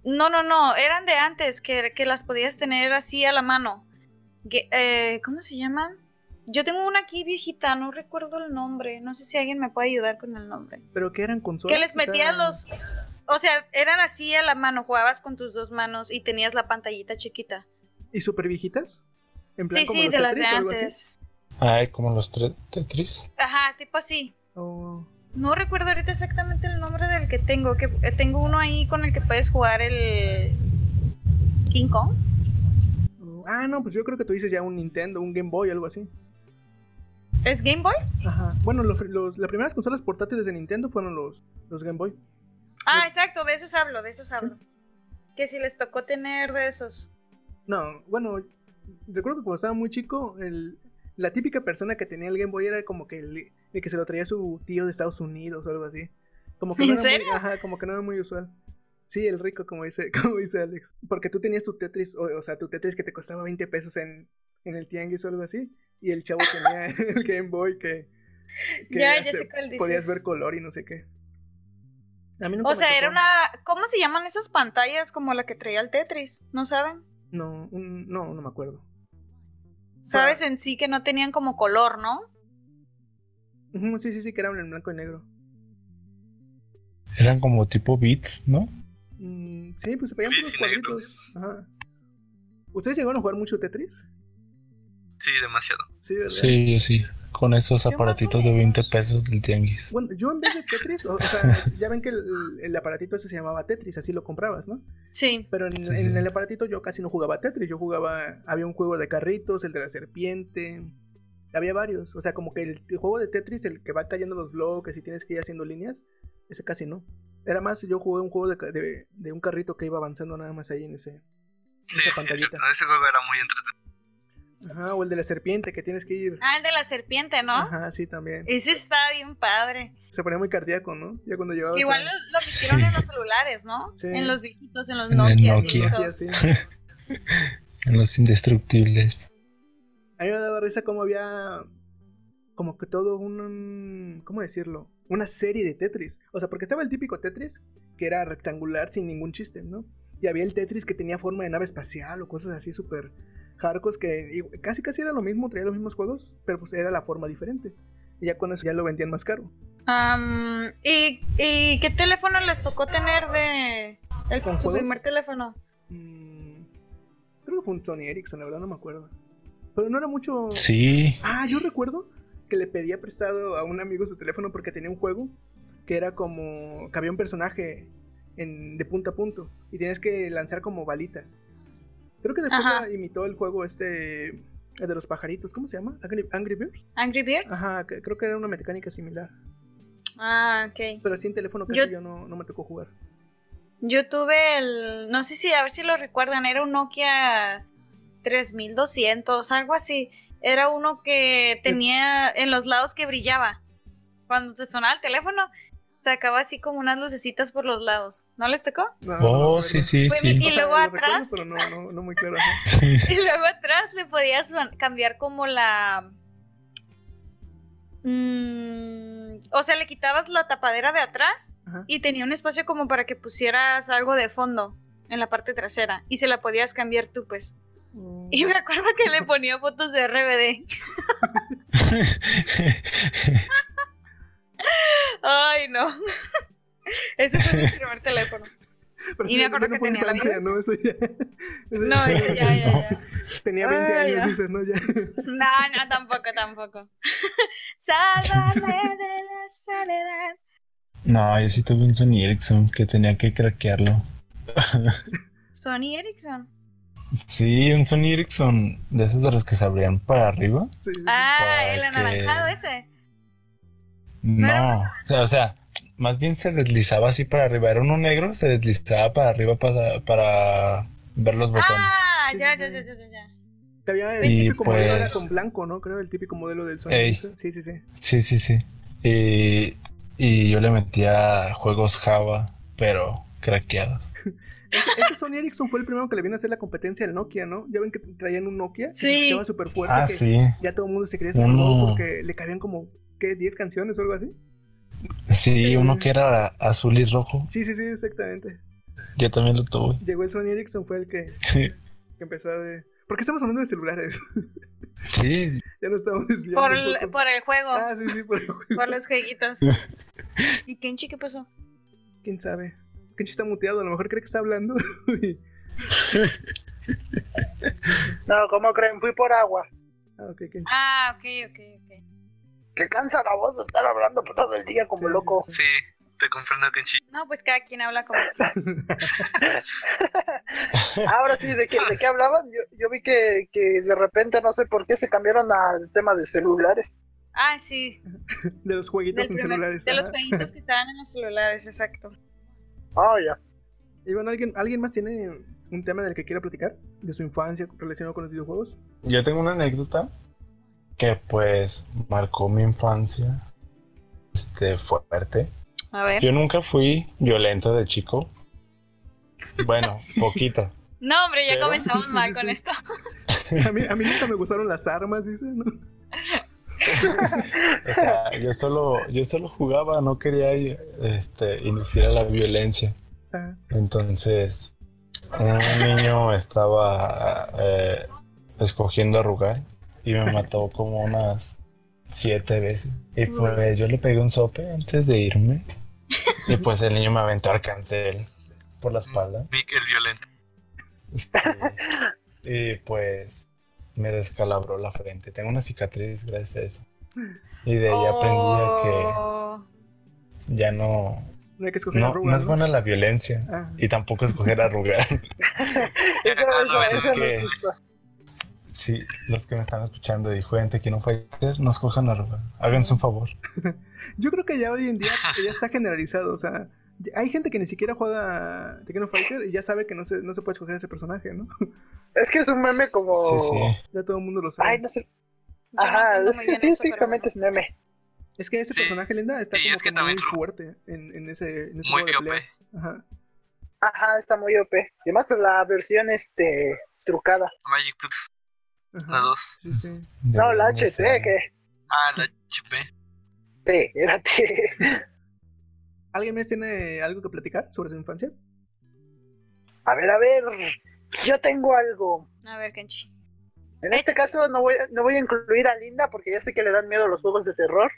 Speaker 1: No, no, no, eran de antes, que, que las podías tener así a la mano. Ge- eh, ¿Cómo se llaman? Yo tengo una aquí viejita, no recuerdo el nombre. No sé si alguien me puede ayudar con el nombre.
Speaker 2: Pero que eran consolas.
Speaker 1: Que les
Speaker 2: o sea,
Speaker 1: metías los. O sea, eran así a la mano, jugabas con tus dos manos y tenías la pantallita chiquita.
Speaker 2: ¿Y super viejitas? En plan
Speaker 1: Sí,
Speaker 2: como
Speaker 1: sí,
Speaker 2: los
Speaker 1: de las de
Speaker 2: Tetris o algo así.
Speaker 1: antes.
Speaker 4: Ay, como los tre- Tetris.
Speaker 1: Ajá, tipo así.
Speaker 2: Oh,
Speaker 1: No recuerdo ahorita exactamente el nombre del que tengo. Que eh, tengo uno ahí con el que puedes jugar el King Kong.
Speaker 2: oh. Ah, no, pues yo creo que tú dices ya un Nintendo, un Game Boy, algo así.
Speaker 1: ¿Es Game Boy?
Speaker 2: Ajá. Bueno, los, los- las primeras consolas portátiles de Nintendo fueron los, los Game Boy.
Speaker 1: Ah, exacto, de esos hablo, de esos hablo. Que si les tocó tener de esos.
Speaker 2: No, bueno, recuerdo que cuando estaba muy chico, el, la típica persona que tenía el Game Boy era como que el, el que se lo traía su tío de Estados Unidos o algo así. Como que no
Speaker 1: ¿En
Speaker 2: era muy-
Speaker 1: serio?
Speaker 2: ajá, como que no era muy usual. Sí, el rico, como dice, como dice Alex. Porque tú tenías tu Tetris, o, o sea, tu Tetris que te costaba 20 pesos en, en el tianguis o algo así. Y el chavo tenía el Game Boy que, que
Speaker 1: Ya,
Speaker 2: ya
Speaker 1: ya
Speaker 2: se-
Speaker 1: sé cuál dices.
Speaker 2: podías ver color y no sé qué. A mí nunca
Speaker 1: O
Speaker 2: me
Speaker 1: sea,
Speaker 2: tocó.
Speaker 1: era una. ¿Cómo se llaman esas pantallas como la que traía el Tetris? ¿No saben?
Speaker 2: No, un- no, no me acuerdo.
Speaker 1: Sabes en sí que no tenían como color, ¿no?
Speaker 2: Ujú, Sí, sí, sí, que eran en blanco y negro.
Speaker 4: Eran como tipo beats, ¿no?
Speaker 2: Mm, sí, pues se pegan
Speaker 5: Gris
Speaker 2: unos
Speaker 5: y negro.
Speaker 2: cuadritos. Ajá. ¿Ustedes llegaron a jugar mucho Tetris?
Speaker 5: Sí, demasiado.
Speaker 2: Sí, ¿verdad?
Speaker 4: Sí, sí. Con esos
Speaker 1: Yo más o
Speaker 4: aparatitos de 20 pesos del tianguis.
Speaker 2: Bueno, yo en vez de Tetris, o, o sea, ya ven que el, el aparatito ese se llamaba Tetris, así lo comprabas, ¿no?
Speaker 1: Sí.
Speaker 2: Pero en,
Speaker 4: Sí,
Speaker 2: en
Speaker 4: sí.
Speaker 2: el aparatito yo casi no jugaba Tetris, yo jugaba, había un juego de carritos, el de la serpiente, había varios, o sea, como que el, el juego de Tetris, el que va cayendo los bloques y tienes que ir haciendo líneas, ese casi no. Era más, yo jugué un juego de, ca- de- de un carrito que iba avanzando nada más ahí en ese... en
Speaker 5: Sí,
Speaker 2: esa
Speaker 5: sí, es
Speaker 2: pantallita.
Speaker 5: cierto. Ese juego era muy entretenido.
Speaker 2: Ajá, o el de la serpiente que tienes que ir...
Speaker 1: Ah, el de la serpiente, Ah, ¿no? Eh.
Speaker 2: Ajá, sí, también.
Speaker 1: Ese está bien padre.
Speaker 2: se ponía muy cardíaco, ¿no? Ya cuando llevaba.
Speaker 1: Igual lo, lo que hicieron en los celulares, ¿no?
Speaker 2: Sí.
Speaker 1: En los viejitos, en los
Speaker 4: En el
Speaker 1: Nokia. y
Speaker 4: Nokia.
Speaker 1: eso.
Speaker 4: En los indestructibles.
Speaker 2: A mí me daba risa cómo había. Como que todo un- un. ¿Cómo decirlo? Una serie de Tetris. O sea, porque estaba el típico Tetris, que era rectangular sin ningún chiste, ¿no? Y había el Tetris que tenía forma de nave espacial o cosas así súper hardcos que y- casi casi era lo mismo, traía los mismos juegos, pero pues era la forma diferente. Y ya con eso ya lo vendían más caro.
Speaker 1: Am, ¿y, y qué teléfono les tocó tener de el,
Speaker 2: ¿Con
Speaker 1: su
Speaker 2: juegos?
Speaker 1: primer teléfono?
Speaker 2: Mm, creo que era con Sony Ericsson, la verdad no me acuerdo. Pero no era mucho.
Speaker 4: Sí.
Speaker 2: Ah, yo recuerdo que le pedía prestado a un amigo su teléfono porque tenía un juego que era como que había un personaje en- de punto a punto y tienes que lanzar como balitas. Creo que después
Speaker 1: Ajá.
Speaker 2: la- imitó el juego este el de los pajaritos, ¿cómo se llama? Angry, Angry Birds.
Speaker 1: Angry Birds.
Speaker 2: Ajá, que- creo que era una mecánica similar,
Speaker 1: Ah, ok.
Speaker 2: pero así en teléfono casi
Speaker 1: Yo-
Speaker 2: yo, no, no me tocó jugar.
Speaker 1: Yo tuve el. No sé si, a ver si lo recuerdan, era un Nokia 3200, algo así. Era uno que tenía en los lados que brillaba. Cuando te sonaba el teléfono, sacaba así como unas lucecitas por los lados. ¿No les tocó?
Speaker 2: No,
Speaker 4: Oh,
Speaker 2: no,
Speaker 4: sí,
Speaker 2: no.
Speaker 4: sí,
Speaker 1: Ah, Fue mi-
Speaker 4: sí.
Speaker 1: Y luego
Speaker 2: lo recuerdo,
Speaker 1: atrás.
Speaker 2: pero no, no, no muy claro. ajá.
Speaker 1: Y luego atrás le podías man- cambiar como la. Mm, o sea, le quitabas la tapadera de atrás
Speaker 2: Ajá.
Speaker 1: y tenía un espacio como para que pusieras algo de fondo en la parte trasera y se la podías cambiar tú, pues. Y me acuerdo que le ponía fotos de RBD. Ay, no. Ese fue mi primer teléfono.
Speaker 2: Pero
Speaker 1: Y me acuerdo
Speaker 2: no
Speaker 1: que
Speaker 2: fue
Speaker 1: tenía la
Speaker 2: infancia, ¿no? Eso ya. eso
Speaker 1: No, ese ya, ya, ya.
Speaker 2: Tenía 20
Speaker 1: Ay,
Speaker 2: años,
Speaker 1: ya.
Speaker 2: dices, ¿no? Ya.
Speaker 1: No, no, tampoco, tampoco. Sálvame de la soledad.
Speaker 4: No, yo sí tuve un Sony Ericsson que tenía que craquearlo.
Speaker 1: Sony Ericsson.
Speaker 4: Sí, un Sony Ericsson de esos de los que se abrían para arriba.
Speaker 2: Sí, sí, sí.
Speaker 1: Ah,
Speaker 4: Para
Speaker 1: el
Speaker 4: que-
Speaker 1: anaranjado ese.
Speaker 4: No, o sea, más bien se deslizaba así para arriba. Era uno negro, se deslizaba para arriba para, para ver los botones.
Speaker 1: Ah,
Speaker 2: Sí,
Speaker 1: ya,
Speaker 2: sí,
Speaker 1: ya,
Speaker 2: sí.
Speaker 1: ya, ya, ya.
Speaker 2: Que había el
Speaker 4: Y
Speaker 2: típico modelo era
Speaker 4: pues-
Speaker 2: con blanco, ¿no? Creo el típico modelo del Sony.
Speaker 4: Ey.
Speaker 2: Ericsson. Sí, sí, sí.
Speaker 4: Sí, sí, sí. Y, y yo le metía juegos Java, pero craqueados.
Speaker 2: Ese, ese Sony Ericsson fue el primero que le vino a hacer la competencia al Nokia, ¿no? Ya ven que traían un Nokia que
Speaker 1: Sí.
Speaker 2: se escuchaba súper fuerte.
Speaker 4: Ah,
Speaker 2: que
Speaker 4: sí,
Speaker 2: Ya todo el mundo se quería
Speaker 4: Uno.
Speaker 2: salir porque le cabían como, ¿qué? ¿10 canciones o algo así?
Speaker 4: sí, uno que era azul y rojo.
Speaker 2: Sí, sí, sí, exactamente.
Speaker 4: Yo también lo tuve.
Speaker 2: Llegó el Sony Ericsson, fue el que, que empezó a... De... ¿Por qué estamos hablando de celulares?
Speaker 4: Sí,
Speaker 2: ya no estamos desviando.
Speaker 1: Por
Speaker 2: un
Speaker 1: el,
Speaker 2: poco.
Speaker 1: por el juego,
Speaker 2: Ah, sí, sí, por el juego.
Speaker 1: por los jueguitos. ¿Y Kenchi qué pasó?
Speaker 2: ¿Quién sabe? Kenchi está muteado, a lo mejor cree que está hablando. y-
Speaker 3: No, ¿cómo creen? Fui por agua.
Speaker 2: ah, ok, Kenchi.
Speaker 1: Ah, ok, ok, ok.
Speaker 3: Que cansa la voz de estar hablando por todo el día como loco.
Speaker 5: Sí, te comprendo, Kenchi.
Speaker 1: No, pues cada quien habla como. quiere.
Speaker 3: Ahora sí, ¿de qué, de qué hablaban? Yo, yo vi que, que de repente, no sé por qué, se cambiaron al tema de celulares.
Speaker 1: Ah, sí.
Speaker 2: De los
Speaker 1: del
Speaker 2: jueguitos en
Speaker 1: primer-
Speaker 2: celulares.
Speaker 1: de los
Speaker 2: ajá.
Speaker 1: jueguitos que estaban en los celulares, exacto.
Speaker 3: Oh, ya.
Speaker 2: Y bueno, ¿alguien, ¿alguien más tiene un tema del que quiera platicar? ¿De su infancia relacionado con los videojuegos?
Speaker 4: Yo tengo una anécdota que pues marcó mi infancia. Este fuerte.
Speaker 1: A ver.
Speaker 4: Yo nunca fui violento de chico. Bueno, poquito.
Speaker 1: No, hombre, ya
Speaker 4: Pero-
Speaker 1: comenzamos
Speaker 2: Sí, sí,
Speaker 1: mal
Speaker 2: sí,
Speaker 1: con
Speaker 2: sí.
Speaker 1: esto.
Speaker 2: A mí, a mí nunca me gustaron las armas, dice, ¿no?
Speaker 4: O sea, yo solo, yo solo jugaba, no quería este, iniciar la violencia.
Speaker 2: Ah,
Speaker 4: Entonces, un niño estaba eh, escogiendo arrugar y me mató como unas siete veces. Y pues yo le pegué un sope antes de irme. Y pues el niño me aventó al cancel por la espalda.
Speaker 5: Mick el violento.
Speaker 4: Este, y pues me descalabró la frente. Tengo una cicatriz gracias a eso. Y de ahí aprendí a
Speaker 1: Oh.
Speaker 4: que ya no,
Speaker 2: no hay que escoger
Speaker 4: no,
Speaker 2: arrugas,
Speaker 4: no es
Speaker 2: ¿no?
Speaker 4: buena la violencia.
Speaker 2: Ah,
Speaker 4: Y tampoco escoger arrugar.
Speaker 3: Eso, eso,
Speaker 5: Así
Speaker 3: eso no
Speaker 4: que-
Speaker 3: Ah, es justo.
Speaker 4: Sí, los que me están escuchando y jueguen que no fallecer, no escojan arrugar. Háganse un favor.
Speaker 2: Yo creo que ya hoy en día ya está generalizado, o sea, ya- hay gente que ni siquiera juega Tekken Fighter y ya sabe que no se, no se puede escoger ese personaje, ¿no?
Speaker 3: Es que es un meme como...
Speaker 2: Oh.
Speaker 4: Sí, sí.
Speaker 2: Ya todo el mundo lo sabe.
Speaker 3: Ay, no sé.
Speaker 1: Oh, Yo no
Speaker 3: Ajá,
Speaker 1: entiendo
Speaker 3: es
Speaker 1: muy
Speaker 3: que
Speaker 1: bien
Speaker 3: sí,
Speaker 1: eso, pero
Speaker 3: típicamente es meme.
Speaker 2: Es que ese
Speaker 5: Sí.
Speaker 2: personaje, Linda, está
Speaker 5: Y
Speaker 2: como
Speaker 5: es que
Speaker 2: que
Speaker 5: también
Speaker 2: muy
Speaker 5: tru-
Speaker 2: fuerte en, en ese, en ese
Speaker 5: Muy
Speaker 2: juego de
Speaker 5: OP.
Speaker 2: peleas. Ajá.
Speaker 3: Ajá, está muy OP. Y Además, la versión, este, trucada.
Speaker 5: Magic Plus,
Speaker 2: ajá.
Speaker 5: la 2.
Speaker 2: Sí, sí.
Speaker 3: No, la
Speaker 4: Deberían de
Speaker 3: HT,
Speaker 4: ser.
Speaker 3: que...
Speaker 5: Ah, la HP.
Speaker 3: T, era T.
Speaker 2: ¿Alguien más tiene algo que platicar sobre su infancia?
Speaker 3: A ver, a ver. Yo tengo algo.
Speaker 1: A ver, Kenchi.
Speaker 3: En
Speaker 1: Eh.
Speaker 3: este caso no voy, no voy a incluir a Linda porque ya sé que le dan miedo los juegos de terror.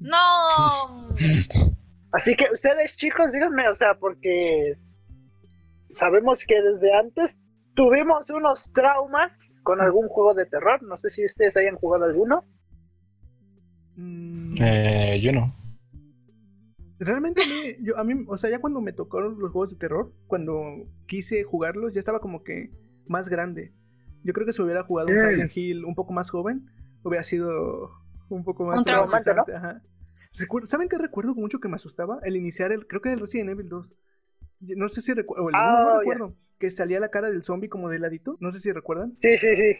Speaker 1: No. hombre.
Speaker 3: Así que ustedes chicos, díganme, o sea, porque sabemos que desde antes Tuvimos unos traumas con algún juego de terror. No sé si ustedes hayan jugado alguno.
Speaker 2: Mm,
Speaker 4: Eh, yo no.
Speaker 2: Realmente a mí, yo, a mí, o sea, ya cuando me tocaron los juegos de terror, cuando quise jugarlos, ya estaba como que más grande. Yo creo que si hubiera jugado un
Speaker 3: Mm.
Speaker 2: Silent Hill un poco más joven, hubiera sido un poco más
Speaker 1: Un
Speaker 3: traumante,
Speaker 2: traumatizante, ajá. Recuer- ¿Saben qué recuerdo mucho que me asustaba? El iniciar el, creo que el Resident Evil 2. Yo No sé si recuerdo,
Speaker 3: Ah, ya.
Speaker 2: no recuerdo, que salía la cara del zombie como de ladito, no sé si recuerdan.
Speaker 3: Sí, sí, sí.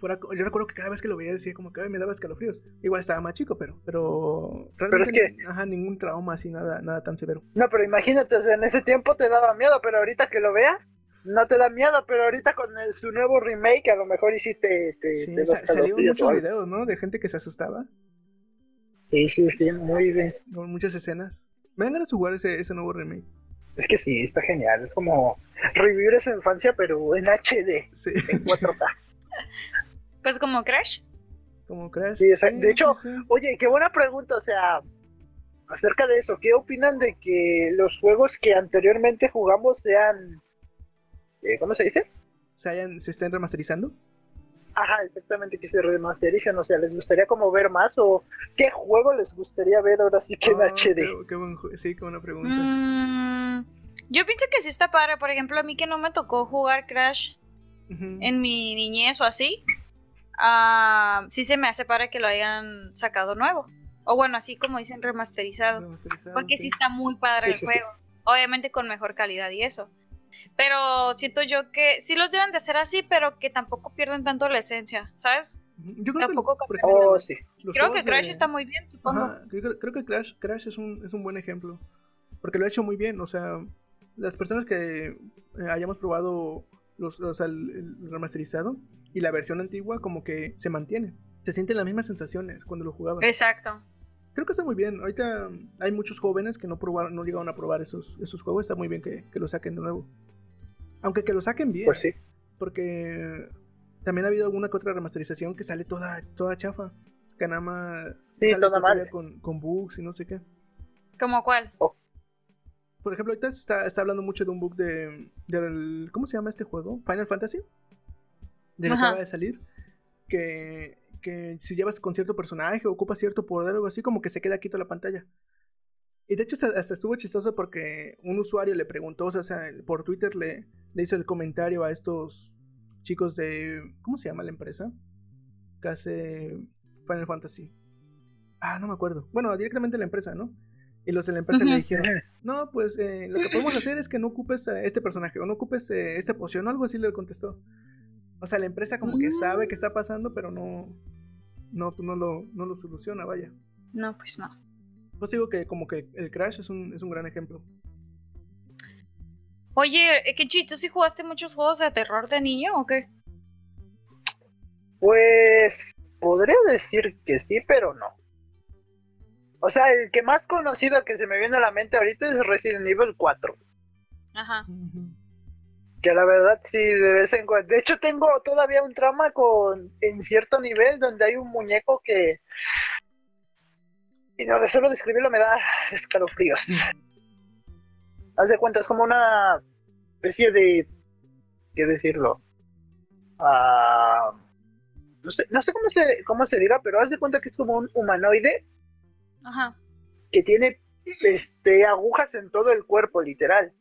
Speaker 2: Fuera co- yo recuerdo que cada vez que lo veía decía como que "Ay, me daba escalofríos. Igual estaba más chico, pero pero
Speaker 3: Pero es
Speaker 2: realmente, ajá, ningún trauma así nada nada tan severo.
Speaker 3: No, pero imagínate, o sea, en ese tiempo te daba miedo, pero ahorita que lo veas, no te da miedo, pero ahorita con el- su nuevo remake a lo mejor y sí te, te,
Speaker 2: Sí,
Speaker 3: te da
Speaker 2: sa- salieron
Speaker 3: escalofríos o
Speaker 2: muchos
Speaker 3: algo.
Speaker 2: videos, ¿no? De gente que se asustaba
Speaker 3: Sí, sí, sí, muy bien.
Speaker 2: con muchas escenas. Me dan ganas de jugar ese, ese nuevo remake.
Speaker 3: Es que sí, está genial. Es como revivir esa infancia, pero en HD,
Speaker 2: Sí,
Speaker 3: en 4K.
Speaker 1: Pues como Crash.
Speaker 2: como Crash.
Speaker 3: Sí, esa- de hecho,
Speaker 2: sí.
Speaker 3: Oye, qué buena pregunta, o sea, acerca de eso, ¿qué opinan de que los juegos que anteriormente jugamos sean, eh, ¿cómo se dice?
Speaker 2: se, hayan- se estén remasterizando.
Speaker 3: Ajá, exactamente, que se remastericen, o sea, ¿les gustaría como ver más o qué juego les gustaría ver ahora sí que en
Speaker 2: Ah,
Speaker 3: HD?
Speaker 2: Qué, qué buen ju- sí, qué buena pregunta.
Speaker 1: Mm, yo pienso que sí está padre. Por ejemplo, a mí que no me tocó jugar Crash
Speaker 2: Ujú.
Speaker 1: en mi niñez o así, ah, sí se me hace para que lo hayan sacado nuevo. O bueno, así como dicen, remasterizado.
Speaker 2: Remasterizado,
Speaker 1: Porque sí está muy padre
Speaker 3: Sí,
Speaker 1: el
Speaker 3: sí, sí.
Speaker 1: juego. Obviamente con mejor calidad y eso. Pero siento yo que sí los deben de hacer así, pero que tampoco pierden tanto la esencia, ¿sabes?
Speaker 2: Ujú. Yo creo que
Speaker 1: Tampoco
Speaker 2: por
Speaker 1: cambiaron.
Speaker 2: ejemplo,
Speaker 3: Oh, sí.
Speaker 2: los
Speaker 1: Creo que
Speaker 2: juegos
Speaker 1: Crash
Speaker 2: de-
Speaker 1: está muy bien, supongo.
Speaker 2: Ajá, yo creo, creo que Crash, Crash es, un, es un buen ejemplo. Porque lo ha hecho muy bien. O sea, las personas que eh, hayamos probado los, o sea, el, el remasterizado y la versión antigua, como que se mantiene. Se sienten las mismas sensaciones cuando lo jugaban.
Speaker 1: Exacto.
Speaker 2: Creo que está muy bien. Ahorita mm, hay muchos jóvenes que no probaron, no llegaron a probar esos, esos juegos. Está muy bien que, que lo saquen de nuevo. Aunque que lo saquen bien.
Speaker 3: Pues sí.
Speaker 2: Porque también ha habido alguna que otra remasterización que sale toda, toda chafa. Que nada más
Speaker 3: Sí,
Speaker 2: sale
Speaker 3: toda
Speaker 2: todavía
Speaker 3: madre.
Speaker 2: con, con bugs y no sé qué.
Speaker 1: ¿Como cuál?
Speaker 2: Por ejemplo, ahorita se está, está hablando mucho de un bug de, del. ¿Cómo se llama este juego? ¿Final Fantasy? De que
Speaker 1: Ajá.
Speaker 2: acaba de salir. Que, que si llevas con cierto personaje, ocupa cierto poder o algo así, como que se queda quieto la pantalla. Y de hecho, hasta hasta estuvo chistoso porque un usuario le preguntó, o sea, por Twitter le, le hizo el comentario a estos chicos de. ¿Cómo se llama la empresa? Que hace Final Fantasy. Ah, no me acuerdo. Bueno, directamente la empresa, ¿no? Y los de la empresa le
Speaker 1: Ujú.
Speaker 2: dijeron: no, pues eh, lo que podemos hacer es que no ocupes a este personaje o no ocupes eh, esta poción o algo así le contestó. O sea, la empresa como que
Speaker 1: Mm.
Speaker 2: sabe que está pasando, pero no no pues, no lo, no lo soluciona, vaya.
Speaker 1: No, pues no.
Speaker 2: Pues te digo que como que el Crash es un, es un gran ejemplo.
Speaker 1: Oye, eh, Kenchi, ¿tú sí jugaste muchos juegos de terror de niño o qué?
Speaker 3: Pues podría decir que sí, pero no. O sea, el que más conocido que se me viene a la mente ahorita es Resident Evil 4.
Speaker 1: Ajá.
Speaker 3: Que la verdad sí, de vez en cuando. De hecho, tengo todavía un trauma con en cierto nivel donde hay un muñeco que. Y no, de solo describirlo me da escalofríos. Haz de cuenta, es como una especie de. ¿Qué decirlo? Ah, no sé, no sé cómo, se, cómo se diga, pero haz de cuenta que es como un humanoide
Speaker 1: Ajá.
Speaker 3: que tiene este agujas en todo el cuerpo, literal.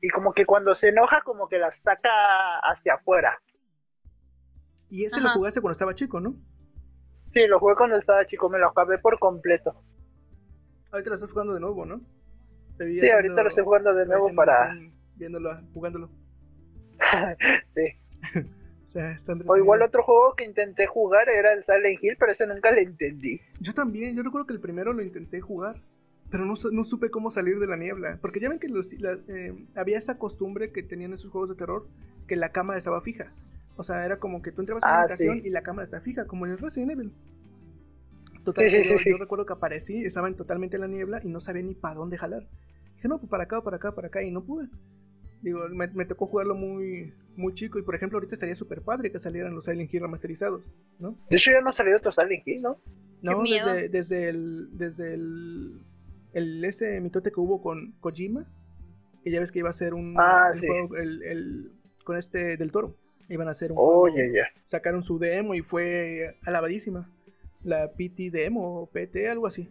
Speaker 3: Y como que cuando se enoja, como que las saca hacia afuera.
Speaker 2: Y ese lo
Speaker 1: Ajá.
Speaker 2: jugaste cuando estaba chico, ¿no?
Speaker 3: Sí, lo jugué cuando estaba chico, me lo acabé por completo.
Speaker 2: Ahorita lo estás jugando de nuevo, ¿no? Te vi
Speaker 3: Sí,
Speaker 2: haciendo-
Speaker 3: ahorita lo estoy jugando de nuevo
Speaker 2: haciendo-
Speaker 3: para...
Speaker 2: haciendo- viéndolo, jugándolo.
Speaker 3: Sí.
Speaker 2: O sea, está
Speaker 3: O igual
Speaker 2: entretenido.
Speaker 3: otro juego que intenté jugar era el Silent Hill, pero ese nunca le entendí.
Speaker 2: Yo también, yo recuerdo que el primero lo intenté jugar, pero no, su- no supe cómo salir de la niebla. Porque ya ven que los- la- eh, había esa costumbre que tenían esos juegos de terror, que la cámara estaba fija. O sea, era como que tú entrabas a una
Speaker 3: Ah,
Speaker 2: habitación y la cámara está fija, como en el Resident Evil. Total,
Speaker 3: Sí, sí,
Speaker 2: yo,
Speaker 3: sí, sí.
Speaker 2: yo recuerdo que aparecí, estaba en totalmente en la niebla y no sabía ni para dónde jalar. Dije, no, pues para acá, para acá, para acá, y no pude. Digo, me, me tocó jugarlo muy, muy chico y por ejemplo ahorita estaría súper padre que salieran los Silent Hill remasterizados.
Speaker 3: De hecho, ya no salió otro Silent Hill, ¿no?
Speaker 1: Qué
Speaker 2: No,
Speaker 1: miedo.
Speaker 2: desde, desde el. Desde el. el- ese mitote que hubo con Kojima. Que ya ves que iba a ser un,
Speaker 3: Ah,
Speaker 2: un
Speaker 3: sí.
Speaker 2: juego el- el- con este del toro. Iban a hacer un
Speaker 3: Oye, Oh, ya.
Speaker 2: sacaron su demo y fue alabadísima. La PT demo o PT, algo así.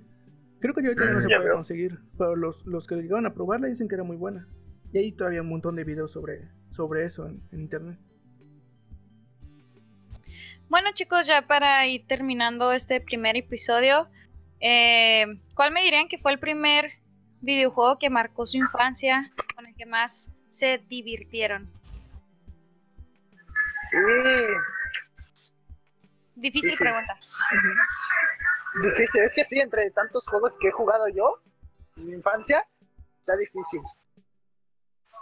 Speaker 2: Creo que yo todavía no se
Speaker 3: Mm, Ya
Speaker 2: puede
Speaker 3: veo.
Speaker 2: conseguir, pero los, los que llegaron a probarla dicen que era muy buena. Y hay todavía un montón de videos sobre, sobre eso en, en internet.
Speaker 1: Bueno, chicos, ya para ir terminando este primer episodio, eh, ¿cuál me dirían que fue el primer videojuego que marcó su infancia, con el que más se divirtieron?
Speaker 3: Y
Speaker 1: Difícil
Speaker 3: Sí, sí.
Speaker 1: pregunta.
Speaker 3: difícil. Es que sí, entre tantos juegos que he jugado yo en mi infancia, está difícil.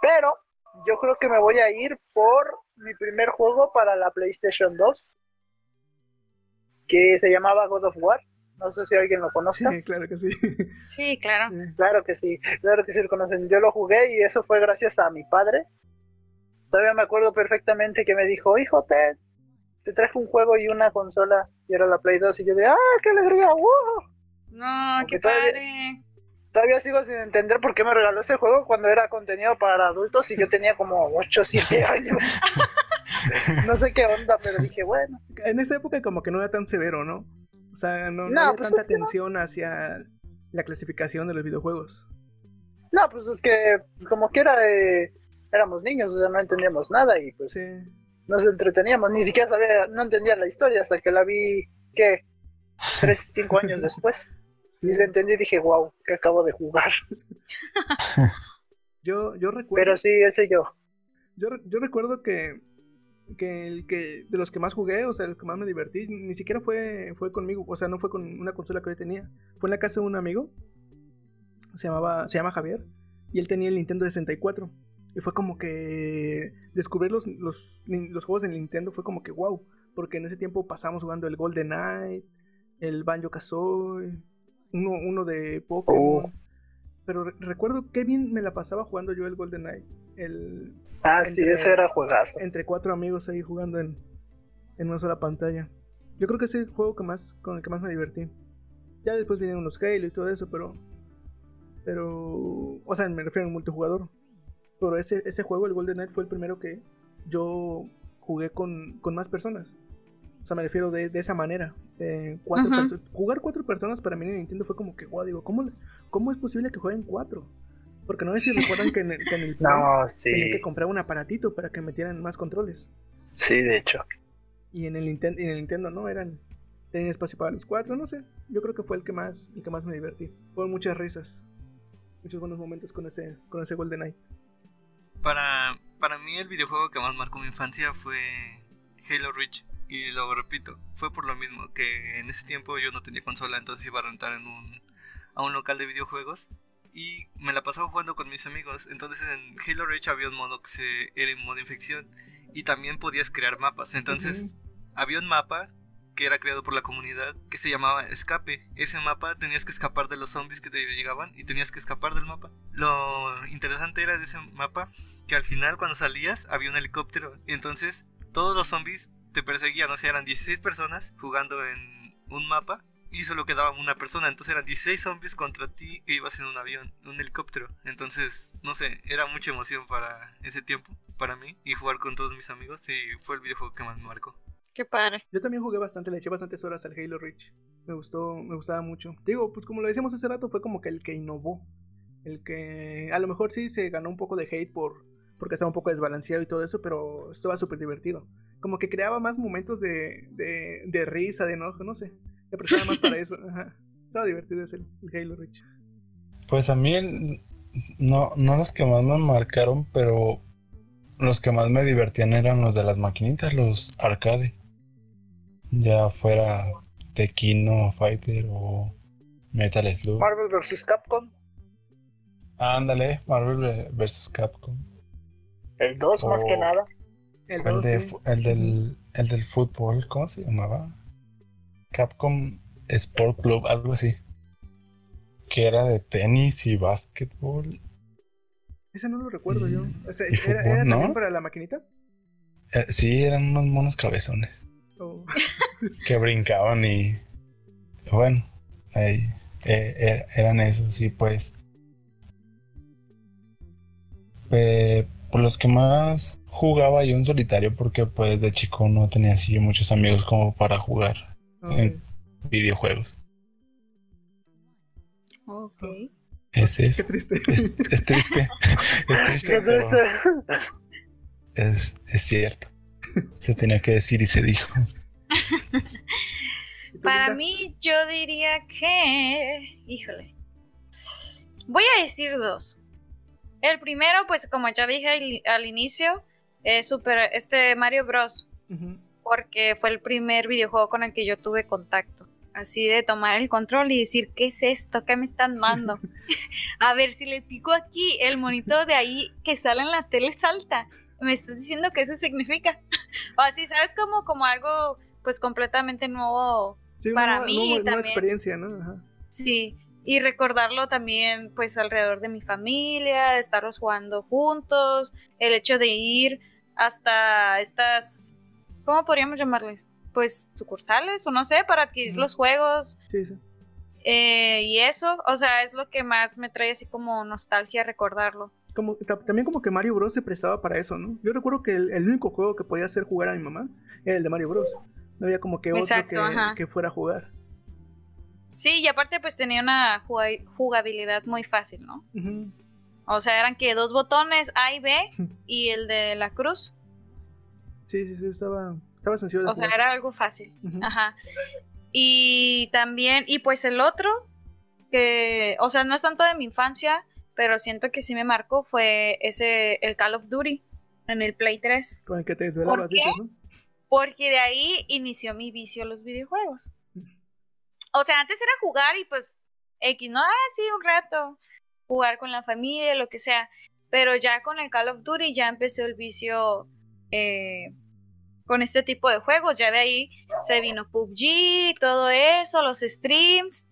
Speaker 3: Pero yo creo que me voy a ir por mi primer juego para la PlayStation 2, que se llamaba God of War. No sé si alguien lo
Speaker 2: Sí,
Speaker 3: conozca.
Speaker 2: claro que sí.
Speaker 1: Sí, claro.
Speaker 3: Claro que sí, claro que sí lo conocen. Yo lo jugué y eso fue gracias a mi padre. Todavía me acuerdo perfectamente que me dijo, hijo, te, te traje un juego y una consola. Y era la Play 2 y yo de, ¡ah, qué alegría! ¡wow!".
Speaker 1: No,
Speaker 3: Aunque
Speaker 1: qué
Speaker 3: todavía-
Speaker 1: padre.
Speaker 3: Todavía sigo sin entender por qué me regaló ese juego cuando era contenido para adultos y yo tenía como 8 o 7 años. no sé qué onda, pero dije, bueno.
Speaker 2: En esa época como que no era tan severo, ¿no? O sea, no, no
Speaker 3: No,
Speaker 2: había
Speaker 3: pues
Speaker 2: tanta
Speaker 3: es que no.
Speaker 2: atención hacia la clasificación de los videojuegos.
Speaker 3: No, pues es que como que era, eh, éramos niños, o sea, no entendíamos nada y pues
Speaker 2: Sí.
Speaker 3: nos entreteníamos, ni siquiera sabía, no entendía la historia hasta que la vi, ¿qué? Tres, cinco años después. Y la entendí y dije, wow, que acabo de jugar.
Speaker 2: Yo, yo recuerdo...
Speaker 3: Pero sí, ese yo.
Speaker 2: Yo, re- yo recuerdo que, que el que de los que más jugué, o sea, el que más me divertí, ni siquiera fue, fue conmigo, o sea, no fue con una consola que yo tenía. Fue en la casa de un amigo, se, llamaba, se llama Javier, y él tenía el Nintendo 64. Y fue como que descubrir los, los, nin- los juegos de Nintendo fue como que wow, porque en ese tiempo pasamos jugando el Golden Knight, el Banjo Kazooie, uno, uno de Pokémon.
Speaker 3: Oh.
Speaker 2: Pero re- recuerdo qué bien me la pasaba jugando yo el Golden Knight. El,
Speaker 3: Ah, sí,
Speaker 2: Entre-
Speaker 3: ese era juegazo.
Speaker 2: entre cuatro amigos ahí jugando en, en una sola pantalla. Yo creo que es el juego que más, con el que más me divertí. Ya después vinieron los Halo y todo eso, pero. Pero. O sea, me refiero al multijugador. Pero ese, ese juego, el Golden Knight, fue el primero que yo jugué con, con más personas. O sea, me refiero de, de esa manera. Eh, cuatro
Speaker 1: Ajá.
Speaker 2: perso- Jugar cuatro personas para mí en Nintendo fue como que, guau, digo, ¿cómo, le- ¿cómo es posible que jueguen cuatro? Porque no sé si recuerdan que en el, que en el Play-
Speaker 3: No,
Speaker 2: Tenía que
Speaker 3: sí,
Speaker 2: comprar un aparatito para que metieran más controles.
Speaker 3: sí, de hecho.
Speaker 2: Y en el, Ninten- en el Nintendo no, eran. Tenían espacio para los cuatro, no sé. Yo creo que fue el que más, el que más me divertí. Fueron muchas risas. Muchos buenos momentos con ese, con ese Golden Eye.
Speaker 5: Para, para mí el videojuego que más marcó mi infancia fue Halo Reach. Y lo repito, fue por lo mismo que en ese tiempo yo no tenía consola, entonces iba a rentar en un, a un local de videojuegos. Y me la pasaba jugando con mis amigos. Entonces en Halo Reach había un modo que se, era en modo infección. Y también podías crear mapas. Entonces había un mapa que era creado por la comunidad que se llamaba Escape. Ese mapa tenías que escapar de los zombies que te llegaban y tenías que escapar del mapa. Lo interesante era de ese mapa que al final cuando salías había un helicóptero y entonces todos los zombies te perseguían, o sea, eran 16 personas jugando en un mapa y solo quedaba una persona, entonces eran 16 zombies contra ti que ibas en un avión, un helicóptero. Entonces, no sé, era mucha emoción para ese tiempo, para mí, y jugar con todos mis amigos y fue el videojuego que más me marcó.
Speaker 1: Qué padre.
Speaker 2: Yo también jugué bastante, le eché bastantes horas al Halo Reach. Me gustó, me gustaba mucho. Digo, pues como lo decíamos hace rato, fue como que el que innovó. El que a lo mejor sí se ganó un poco de hate por porque estaba un poco desbalanceado y todo eso, pero estaba súper divertido. Como que creaba más momentos de, de, de risa, de enojo, no sé. Se prestaba más para eso. Ajá. Estaba divertido ese el Halo Reach.
Speaker 4: Pues a mí el- no, no los que más me marcaron, pero los que más me divertían eran los de las maquinitas, los arcade. Ya fuera Tequino Fighter o Metal Slug.
Speaker 3: Marvel vs. Capcom,
Speaker 4: Ándale, Marvel vs. Capcom.
Speaker 3: el 2 más
Speaker 4: Oh.
Speaker 3: que nada.
Speaker 2: El
Speaker 4: El,
Speaker 2: dos,
Speaker 4: de
Speaker 2: sí.
Speaker 4: fu- el del, el del fútbol, ¿cómo se llamaba? Capcom Sport Club, algo así. Que era de tenis y básquetbol.
Speaker 2: Ese no lo recuerdo yo. O sea,
Speaker 4: ¿Y
Speaker 2: ¿Era,
Speaker 4: fútbol,
Speaker 2: era
Speaker 4: no?
Speaker 2: también para la maquinita?
Speaker 4: Eh, sí, eran unos monos cabezones.
Speaker 2: ¿O-
Speaker 4: que brincaban y bueno, ahí, eh, er- eran esos y pues Eh, por los que más jugaba yo en solitario porque pues de chico no tenía así muchos amigos como para jugar en videojuegos.
Speaker 1: Ok.
Speaker 4: Es,
Speaker 2: Qué
Speaker 4: es,
Speaker 2: triste.
Speaker 4: es, es triste. es triste, pero es, es cierto. Se tenía que decir y se dijo.
Speaker 1: Para mí, yo diría que. Híjole. Voy a decir dos. El primero, pues como ya dije al- al inicio, es super, este Mario Bros.
Speaker 2: Ujú.
Speaker 1: porque fue el primer videojuego con el que yo tuve contacto. Así de tomar el control y decir, ¿qué es esto? ¿Qué me están dando? A ver, si le pico aquí, el monito de ahí que sale en la tele salta. ¿Me estás diciendo que eso significa? o así, ¿sabes? Como, como algo pues completamente nuevo.
Speaker 2: Sí,
Speaker 1: para
Speaker 2: nueva-
Speaker 1: mí
Speaker 2: nueva- nueva
Speaker 1: también.
Speaker 2: experiencia, ¿no? Ajá.
Speaker 1: Sí. Y recordarlo también pues alrededor de mi familia, de estarlos jugando juntos, el hecho de ir hasta estas, ¿cómo podríamos llamarles? Pues sucursales o no sé, para adquirir
Speaker 2: Ujú.
Speaker 1: los juegos.
Speaker 2: Sí, sí.
Speaker 1: Eh, y eso, o sea, es lo que más me trae así como nostalgia recordarlo.
Speaker 2: Como, ta- también como que Mario Bros se prestaba para eso, ¿no? Yo recuerdo que el, el único juego que podía hacer jugar a mi mamá era el de Mario Bros. No había como que otro
Speaker 1: Exacto,
Speaker 2: que,
Speaker 1: ajá.
Speaker 2: que fuera a jugar.
Speaker 1: Sí, y aparte pues tenía una juga- jugabilidad muy fácil, ¿no?
Speaker 2: Ujú.
Speaker 1: O sea, eran que dos botones A y B y el de la cruz.
Speaker 2: Sí, sí, sí, estaba, estaba sencillo de
Speaker 1: O sea,
Speaker 2: jugar.
Speaker 1: era algo fácil.
Speaker 2: Ujú.
Speaker 1: Ajá. Y también, y pues el otro, que, o sea, no es tanto de mi infancia, pero siento que sí me marcó, fue ese, el Call of Duty en el Play 3.
Speaker 2: Con el que te
Speaker 1: ¿Por
Speaker 2: desvelabas,
Speaker 1: qué?
Speaker 2: dices, ¿no?
Speaker 1: Porque de ahí inició mi vicio a los videojuegos. O sea, antes era jugar y pues X, no, ah, sí, un rato. Jugar con la familia, lo que sea. Pero ya con el Call of Duty ya empezó el vicio eh, con este tipo de juegos. Ya de ahí se vino PUBG, todo eso, los streams.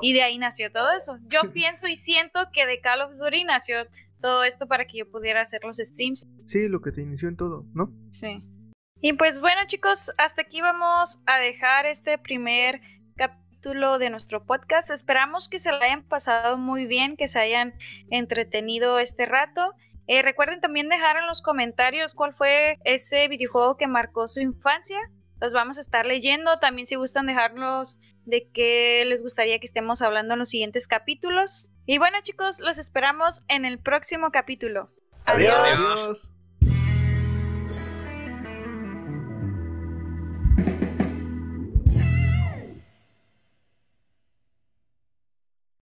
Speaker 1: Y de ahí nació todo eso. Yo pienso y siento que de Call of Duty nació todo esto para que yo pudiera hacer los streams
Speaker 2: Sí, lo que te inició en todo, ¿no?
Speaker 1: Sí. Y pues bueno chicos, hasta aquí vamos a dejar este primer capítulo de nuestro podcast. Esperamos que se la hayan pasado muy bien, que se hayan entretenido este rato. Eh, recuerden también dejar en los comentarios cuál fue ese videojuego que marcó su infancia. Los vamos a estar leyendo. También si gustan dejarnos de qué les gustaría que estemos hablando en los siguientes capítulos. Y bueno chicos, los esperamos en el próximo capítulo.
Speaker 3: Adiós.
Speaker 5: Adiós.
Speaker 2: Adiós.